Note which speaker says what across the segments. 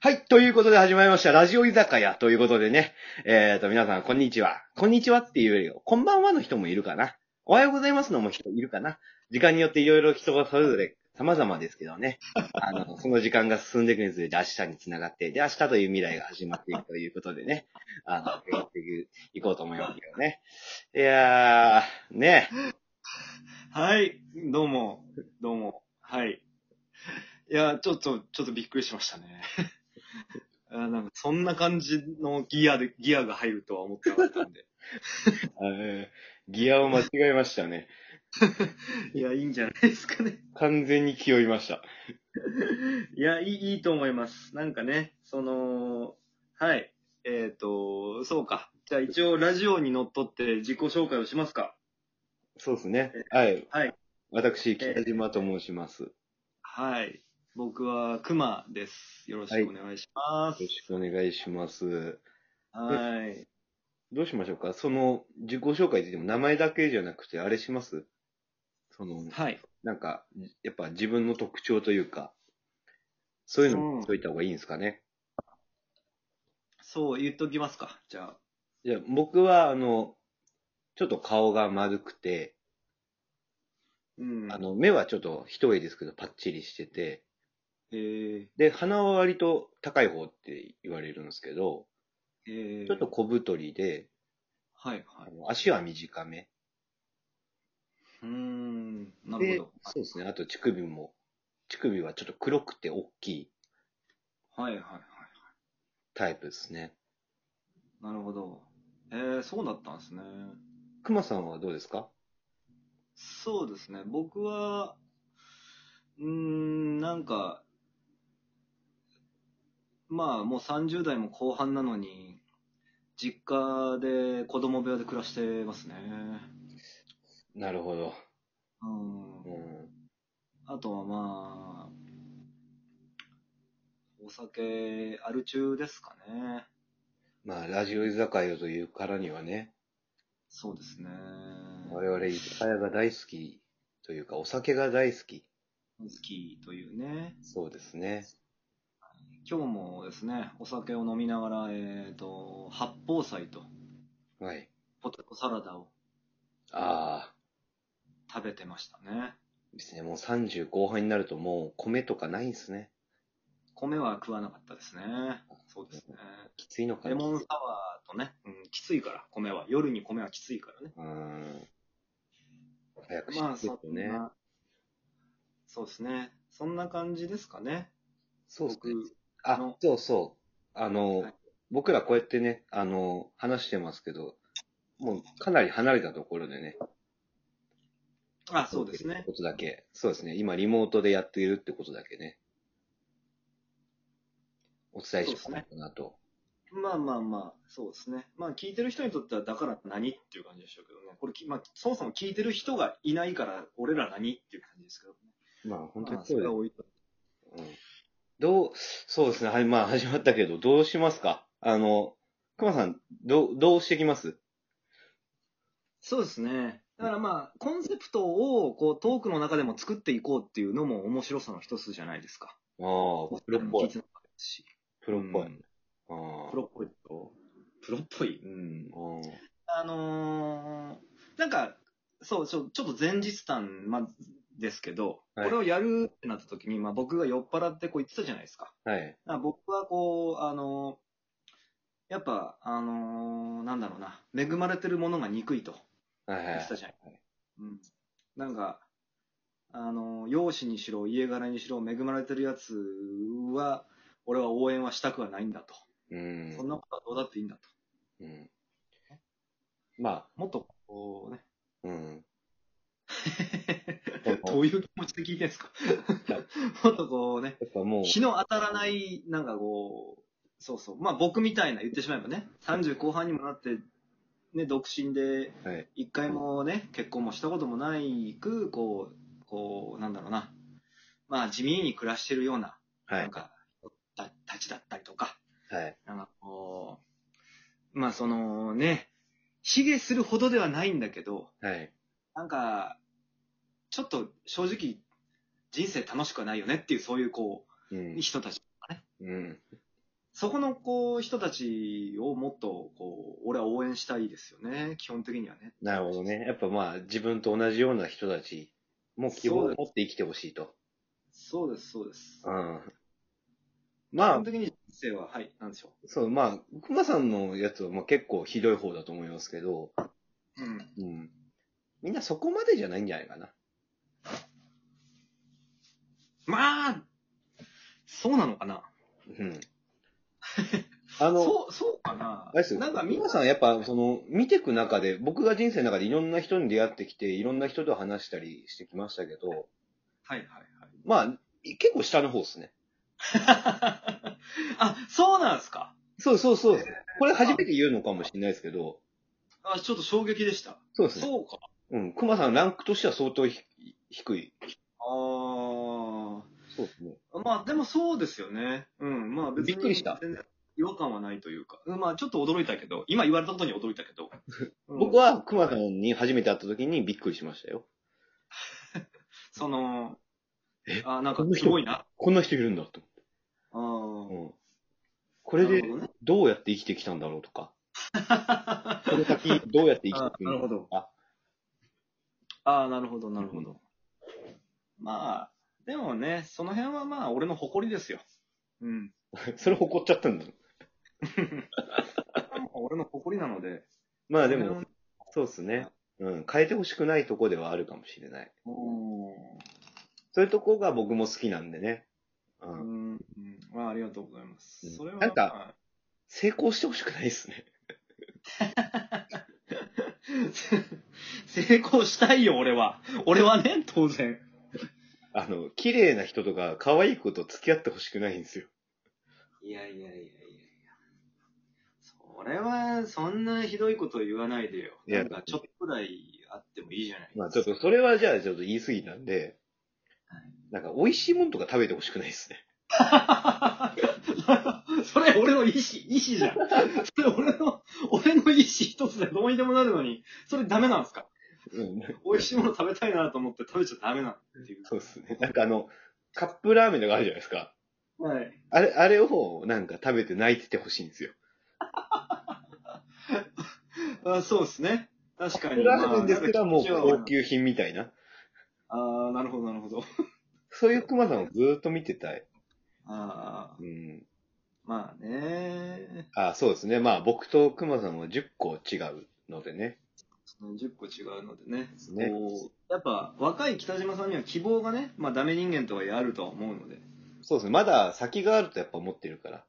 Speaker 1: はい。ということで始まりました。ラジオ居酒屋ということでね。えっ、と、皆さん、こんにちは。こんにちはっていうより、こんばんはの人もいるかな。おはようございますのも人いるかな。時間によっていろいろ人がそれぞれ様々ですけどね。あの、その時間が進んでいくにつれて明日につながって、で、明日という未来が始まっていくということでね。あの、やっていこうと思いますけどね。いやー、ね。
Speaker 2: はい、どうも、どうも、はい。いや、ちょっと、ちょっとびっくりしました ね。あなんかそんな感じのギアで、ギアが入るとは思ってなかったんで。
Speaker 1: あのギアを間違えましたね。
Speaker 2: いや、いいんじゃないですかね。
Speaker 1: 完全に気負いました。
Speaker 2: いや、いい、いいと思います。なんかね、その、はい、えっ、と、そうか。じゃあ一応、ラジオにのっとって自己紹介をしますか。
Speaker 1: そうですね。はい。
Speaker 2: はい。
Speaker 1: 私、北島と申します。よ
Speaker 2: はい。僕は、くまです。よろしくお願いします
Speaker 1: ろ。しくお願いします。
Speaker 2: はい
Speaker 1: どうしましょうかその、自己紹介って言っても名前だけじゃなくて、あれしますその、
Speaker 2: はい。
Speaker 1: なんか、やっぱ自分の特徴というか、そういうの
Speaker 2: うん
Speaker 1: もしといた方がいいんですかね。
Speaker 2: そう、言っときますか。じゃあ。
Speaker 1: いや、僕は、あの、ちょっと顔が丸くて、
Speaker 2: うん。
Speaker 1: あの、目はちょっと一重ですけど、パッチリしてて、
Speaker 2: え
Speaker 1: で、鼻は割と高い方って言われるんですけど、
Speaker 2: ー、えー、
Speaker 1: ちょっと、小太りで、
Speaker 2: はい、は
Speaker 1: あ
Speaker 2: い。
Speaker 1: の足は短め。
Speaker 2: うーん、な
Speaker 1: で
Speaker 2: るほ
Speaker 1: そうですね。あと乳首も、乳首はちょっと黒くて大きい
Speaker 2: ど。はい、はい、はい。
Speaker 1: タイプですね。
Speaker 2: なるほど。えー、そうだったんですね。
Speaker 1: 熊さんはどうですか
Speaker 2: そうですね。僕は、うーん、なんか、まあ、もう30代も後半なのに、実家で子供部屋で暮らしてますね。
Speaker 1: なるほど。
Speaker 2: う
Speaker 1: う。
Speaker 2: ん
Speaker 1: ん、
Speaker 2: あとはまあ、お酒、アル中ですかね。
Speaker 1: まあ、ラジオ居酒屋というからにはね、
Speaker 2: そうですね。
Speaker 1: 我々居酒屋が大好きというか、お酒が大好き。
Speaker 2: 好きというね。
Speaker 1: そうですね。
Speaker 2: 今日もですね、お酒を飲みながら、えっ、と、八宝菜と
Speaker 1: はい。
Speaker 2: ポテトサラダを
Speaker 1: ああ、
Speaker 2: 食べてましたね。
Speaker 1: ですね。もう30後半になるともう米とかないんですね。
Speaker 2: 米は食わなかったですね。そうですね。
Speaker 1: きついのか
Speaker 2: レ
Speaker 1: な。
Speaker 2: モンサワーとね、うん、きついから、米は。夜に米はきついからね。
Speaker 1: うん。早くし
Speaker 2: まあ、
Speaker 1: て
Speaker 2: そ
Speaker 1: ると
Speaker 2: ん
Speaker 1: ね。
Speaker 2: な、そうですね。そんな感じですかね。
Speaker 1: そうですね。
Speaker 2: 僕
Speaker 1: あ
Speaker 2: の、
Speaker 1: そうそう。あの、
Speaker 2: はい
Speaker 1: 僕らこうやってね、あの、話してますけど、もうかなり離れたところでね。
Speaker 2: あ、そうです
Speaker 1: やっ
Speaker 2: ね
Speaker 1: てる。ことだけ。そうですね。今リモートでやっているってことだけね。お伝えしますかなと。
Speaker 2: まあまあまあ、そうですね。まあ聞いてる人にとっては、だから何っていう感じでしょうけどね。これき、まあ、そもそも聞いてる人がいないから、俺ら何っていう感じですけどね。
Speaker 1: まあ本当
Speaker 2: ま
Speaker 1: に
Speaker 2: あ
Speaker 1: そう
Speaker 2: れ
Speaker 1: で
Speaker 2: は
Speaker 1: す。
Speaker 2: 置いとい
Speaker 1: う
Speaker 2: て
Speaker 1: んどう、そうですね。はい、まあ始まったけど、どうしますかあの、熊さん、どう、どうしてきます
Speaker 2: そうですね。だからまあ、コンセプトを、こう、トークの中でも作っていこうっていうのも面白さの一つじゃないですか。
Speaker 1: ああ、プロっぽ
Speaker 2: 聞い
Speaker 1: い
Speaker 2: て。なかったですし
Speaker 1: プロっぽい。
Speaker 2: うん
Speaker 1: ああ
Speaker 2: プロっぽいと。プロっぽい。うん。
Speaker 1: うん
Speaker 2: あのーなんか、そう、そう、ちょっと前日談、まあ、ですけど、
Speaker 1: はい
Speaker 2: これをやるってなった時に、まあ僕が酔っ払ってこう言ってたじゃないですか。
Speaker 1: はい。
Speaker 2: だから僕はこう、あのーやっぱ、あのーなんだろうな、恵まれてるものが憎いと
Speaker 1: はいは
Speaker 2: 言っ
Speaker 1: い
Speaker 2: てたじゃない。うん。なんか、あのー容姿にしろ、家柄にしろ、恵まれてるやつは、俺は応援はしたくはないんだと。
Speaker 1: うん
Speaker 2: そんなことはどうだっていいんだと。
Speaker 1: うん。まあ、
Speaker 2: もっとこうね、
Speaker 1: うん。
Speaker 2: どういう気持ちで聞いてんすか もっとこうね、
Speaker 1: やっぱもう、
Speaker 2: 日の当たらない、なんかこう、そうそう。まあ僕みたいな言ってしまえばね、30後半にもなって、ね、独身で、
Speaker 1: はい。
Speaker 2: 一回もね、結婚もしたこともないく、こう、こう、なんだろうな。まあ地味に暮らしてるような、
Speaker 1: は
Speaker 2: ないん。か、たたちだったりとか、
Speaker 1: はい。
Speaker 2: なんかこう、まあそのね、卑下するほどではないんだけど、
Speaker 1: はい。
Speaker 2: なんか、ちょっと正直、人生楽しくはないよねっていう、そういうこ
Speaker 1: う
Speaker 2: う、
Speaker 1: ん。
Speaker 2: 人たち。
Speaker 1: うん。
Speaker 2: そこのこう人たちをもっとこう、俺は応援したいですよね、基本的にはね。
Speaker 1: なるほどね。やっぱまあ、自分と同じような人たちも希望を持って生きてほしいと。
Speaker 2: そうです、そうです。
Speaker 1: うん。
Speaker 2: 基
Speaker 1: まあ
Speaker 2: 本、的に人生は、はい、なんですよ。
Speaker 1: そう、まあ、熊さんのやつはまあ結構ひどい方だと思いますけど、
Speaker 2: うん。
Speaker 1: うん。みんなそこまでじゃないんじゃないかな。
Speaker 2: まあ、そうなのかな。
Speaker 1: うん。あの、
Speaker 2: そう、そうかな
Speaker 1: あ。れですよ。
Speaker 2: なんかみん
Speaker 1: 皆
Speaker 2: な、
Speaker 1: さんやっぱ、その、見てく中で、僕が人生の中でいろんな人に出会ってきて、いろんな人と話したりしてきましたけど、
Speaker 2: はいはい
Speaker 1: まあ、結構下の方ですね。
Speaker 2: はい。 あ、そうなんですか。
Speaker 1: そうそうそうです。これ初めて言うのかもしれないですけど、
Speaker 2: あ、ちょっと衝撃でした。
Speaker 1: そうですね。
Speaker 2: そうか。
Speaker 1: うん。熊さんランクとしては相当ひ低い。
Speaker 2: あ
Speaker 1: そうですね。
Speaker 2: あ。まあでもそうですよね。うん。まあ別に。
Speaker 1: びっくりした
Speaker 2: 全然違和感はないというか。うんまあちょっと驚いたけど、今言われたことに驚い たけど。うん
Speaker 1: 僕は熊さんに初めて会った時にびっくりしましたよ。
Speaker 2: その
Speaker 1: え、
Speaker 2: あなんかすごいな。
Speaker 1: こんな人いるんだと
Speaker 2: あー
Speaker 1: 思って。うん。これ
Speaker 2: なる
Speaker 1: で
Speaker 2: ほどね。
Speaker 1: どうやって生きてきたんだろうとか、この先どうやって生きてくるのかとか。
Speaker 2: ああ、なるほど、なるほど。まあ、でもね、その辺はまあ、俺の誇りですよ。うん。
Speaker 1: それ誇っちゃったんだ。
Speaker 2: 俺の誇りなので。
Speaker 1: まあで
Speaker 2: それ
Speaker 1: も
Speaker 2: をね、
Speaker 1: そうですね。うん。変えてほしくないとこではあるかもしれない。そういうとこが僕も好きなんでね。う。
Speaker 2: うんん。まあ、ありがとうございま
Speaker 1: うん
Speaker 2: す。それは、
Speaker 1: なんか
Speaker 2: まあ、
Speaker 1: 成功してほしくないですね。
Speaker 2: 成功したいよ、俺は。俺はね、当然。
Speaker 1: あの、綺麗な人とか可愛い子と付き合ってほしくないんですよ。
Speaker 2: いやいやいやいやいや。それは、そんなひどいこと言わないでよ。
Speaker 1: いや
Speaker 2: なんか、ちょっとぐらいあってもいいじゃない。
Speaker 1: まあちょっとそれはじゃあちょっと言い過ぎたんで、なんか美味しいもんとか食べてほしくないですね。
Speaker 2: それ俺の意思、意思じゃん。それ俺の、俺の意思一つでどうにでもなるのに、それダメなんですか
Speaker 1: うん。
Speaker 2: 美味しいもの食べたいなと思って食べちゃダメなんっていう。
Speaker 1: そうですね。なんかあの、カップラーメンとかあるじゃないですか。
Speaker 2: はい。
Speaker 1: あれ、あれをなんか食べて泣いててほしいんですよ。
Speaker 2: あそうですね。確
Speaker 1: カ
Speaker 2: か
Speaker 1: ッ
Speaker 2: に。
Speaker 1: プラーメンですらもう
Speaker 2: まあなんか
Speaker 1: 高級品みたいな。
Speaker 2: ああ、なるほど、なるほど。
Speaker 1: そういう熊さんをずーっと見てたい。
Speaker 2: ああ、
Speaker 1: うん。
Speaker 2: まあね。
Speaker 1: あそうですね。まあ僕と熊さんは10個違うのでね。
Speaker 2: その10個違うのでね。
Speaker 1: すね
Speaker 2: こうやっぱ、若い北島さんには希望がね、まあダメ人間とはいえあるとは思うので。
Speaker 1: そうですね。まだ先があるとやっぱ思ってるから。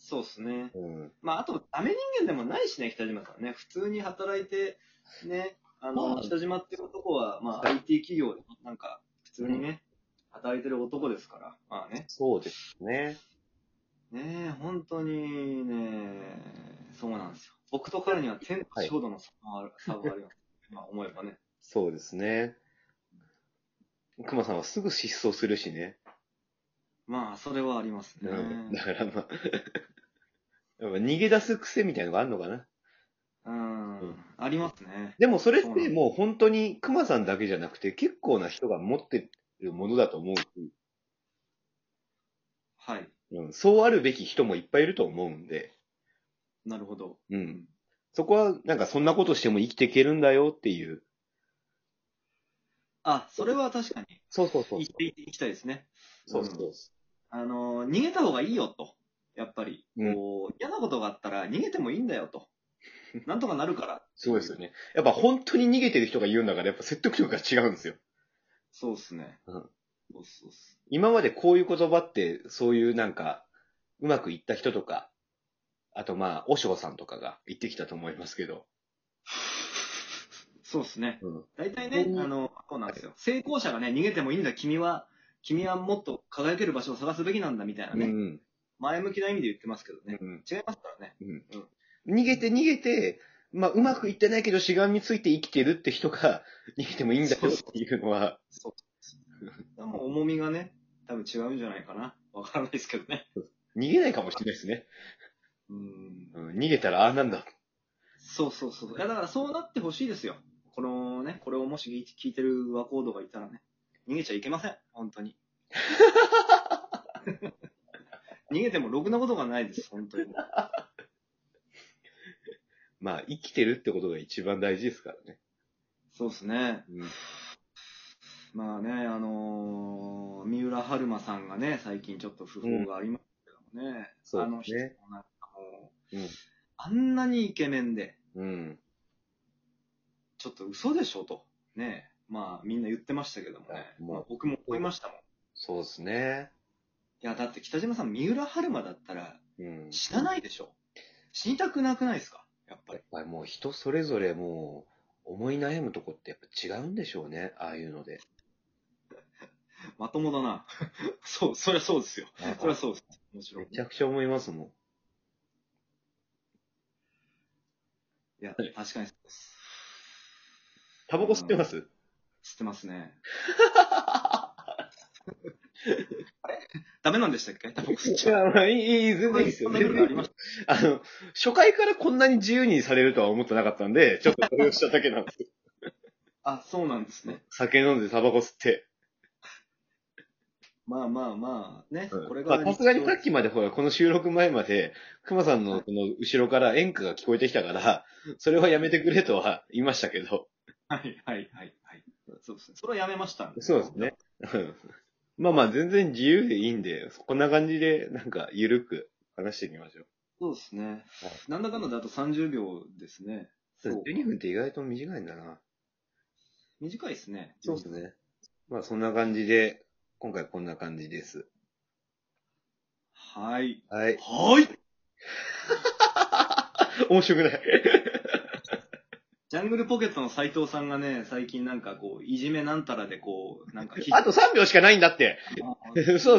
Speaker 2: そうですね。
Speaker 1: うん。
Speaker 2: まあ、あと、ダメ人間でもないしね、北島さんね。普通に働いて、ね、あの、
Speaker 1: まあ
Speaker 2: 北島っていう男は、まあ、IT 企業で、なんか、普通にね、働いてる男ですから、まあね。
Speaker 1: そうですね。
Speaker 2: ねえ、本当にね、そうなんですよ。僕と彼には天と地ほどの差がある、差があ ります。まあ、思えばね。
Speaker 1: そうですね。熊さんはすぐ失踪するしね。
Speaker 2: まあ、それはありますね。
Speaker 1: うん。だからまあ。 やっぱ逃げ出す癖みたいのがあるのかな。
Speaker 2: うん、
Speaker 1: うん
Speaker 2: ありますね。
Speaker 1: でもそれっ
Speaker 2: そうなん
Speaker 1: て
Speaker 2: だ
Speaker 1: もう本当に熊さんだけじゃなくて結構な人が持ってるものだと思うし、
Speaker 2: はい。
Speaker 1: うん、そうあるべき人もいっぱいいると思うんで、
Speaker 2: なるほど。
Speaker 1: うん。そこはなんかそんなことしても生きていけるんだよっていう。
Speaker 2: あ、それは確かに、
Speaker 1: そうそうそ
Speaker 2: 言っていきたいですね。
Speaker 1: そうそう。
Speaker 2: あの、逃げた方がいいよと。やっぱり、
Speaker 1: うん
Speaker 2: こう、嫌なことがあったら逃げてもいいんだ よと。なんとかなるから。
Speaker 1: すごいですよね。やっぱ本当に逃げてる人が言うんだから、やっぱ説得力が違うんですよ。
Speaker 2: そうっすね。
Speaker 1: うん
Speaker 2: そうっすそうっす。
Speaker 1: 今までこういう言葉って、そういうなんか、うまくいった人とか、あとまあ、おしょうさんとかが言ってきたと思いますけど。
Speaker 2: そうっすね。
Speaker 1: うん。
Speaker 2: 大体ね、
Speaker 1: うん
Speaker 2: あの、こうなんですよ。成功者がね、逃げてもいいんだ、君は、君はもっと輝ける場所を探すべきなんだ、みたいな
Speaker 1: う
Speaker 2: ね。
Speaker 1: ん。
Speaker 2: 前向きな意味で言ってますけどね。
Speaker 1: うん。
Speaker 2: 違いますからね。
Speaker 1: 逃げて逃げて、まあ、うまくいってないけど、しがみついて生きてるって人が、 逃げてもいいんだよっていうのは、
Speaker 2: でも重みがね、多分違うんじゃないかな。わからないですけどね。
Speaker 1: 逃げないかもしれないですね。
Speaker 2: うん。
Speaker 1: うん。逃げたらああなんだ。
Speaker 2: そうそうそう。いや、だからそうなってほしいですよ。このね、これをもし聞いてる和コードがいたらね、逃げちゃいけません。本当に。逃逃げてもろくなことがないです、本当に。
Speaker 1: まあ、生きてるってことが一番大事ですからね。
Speaker 2: そうですね。
Speaker 1: うん。
Speaker 2: まあね、あのー三浦春馬さんがね、最近ちょっと不法がありますけどもね。
Speaker 1: そう
Speaker 2: あの
Speaker 1: です
Speaker 2: 人
Speaker 1: ね
Speaker 2: もなんかもう、
Speaker 1: うん
Speaker 2: あんなにイケメンで、
Speaker 1: うん。
Speaker 2: ちょっと嘘でしょと。ねまあみんな言ってましたけどもね。
Speaker 1: もう
Speaker 2: まあ僕も思いましたもん。い
Speaker 1: そうですね。
Speaker 2: や、だって北島さん、三浦春馬だったら
Speaker 1: うん。
Speaker 2: 死なないでしょ。死にたくなくないですかやっぱ
Speaker 1: や
Speaker 2: り
Speaker 1: っ。ぱりもう人それぞれもう、思い悩むとこってやっぱ違うんでしょうね。ああいうので。
Speaker 2: まともだな。 そう、そりゃそうですよ。そりゃそうです。もちろん
Speaker 1: め。ちゃくちゃ思いますもん。
Speaker 2: いや、
Speaker 1: はい
Speaker 2: 確かにそうです。
Speaker 1: タバコ吸ってます
Speaker 2: 吸ってま すね。あれダメなんでしたっけタバコ吸っ
Speaker 1: い
Speaker 2: ちゃう。
Speaker 1: や、まあいい、いい、全然いいですよ。
Speaker 2: そんなルールありまし
Speaker 1: あの、初回からこんなに自由にされるとは思ってなかったんで、ちょっとそれをしただけなんですよ。
Speaker 2: あ、そうなんですね。
Speaker 1: 酒飲んでタバコ吸って。
Speaker 2: まあまあまあ、ね。これ
Speaker 1: ま
Speaker 2: が
Speaker 1: あさすがにさっきまでほら、この収録前まで、熊さんのこの後ろから演歌が聞こえてきたから、それはやめてくれとは言いましたけど。
Speaker 2: はいはいはいはい。そうですね。それはやめましたん
Speaker 1: そうですね。うんまあまあ、全然自由でいいんで、こんな感じで、なんか、ゆるく話してみましょう。
Speaker 2: そうですね。なんだかんだであと30秒ですね。そう
Speaker 1: 12分って意外と短いんだな。
Speaker 2: 短いですね。
Speaker 1: そうです。ね。まあ、そんな感じで、今回こんな感じです。
Speaker 2: はい。
Speaker 1: はい。
Speaker 2: はい
Speaker 1: 面白く ない。
Speaker 2: ジャングルポケットの斎藤さんがね、 最近なんかこう、いじめなんたらでこう、なんかひ
Speaker 1: あと3秒しかないんだって。
Speaker 2: あ
Speaker 1: 嘘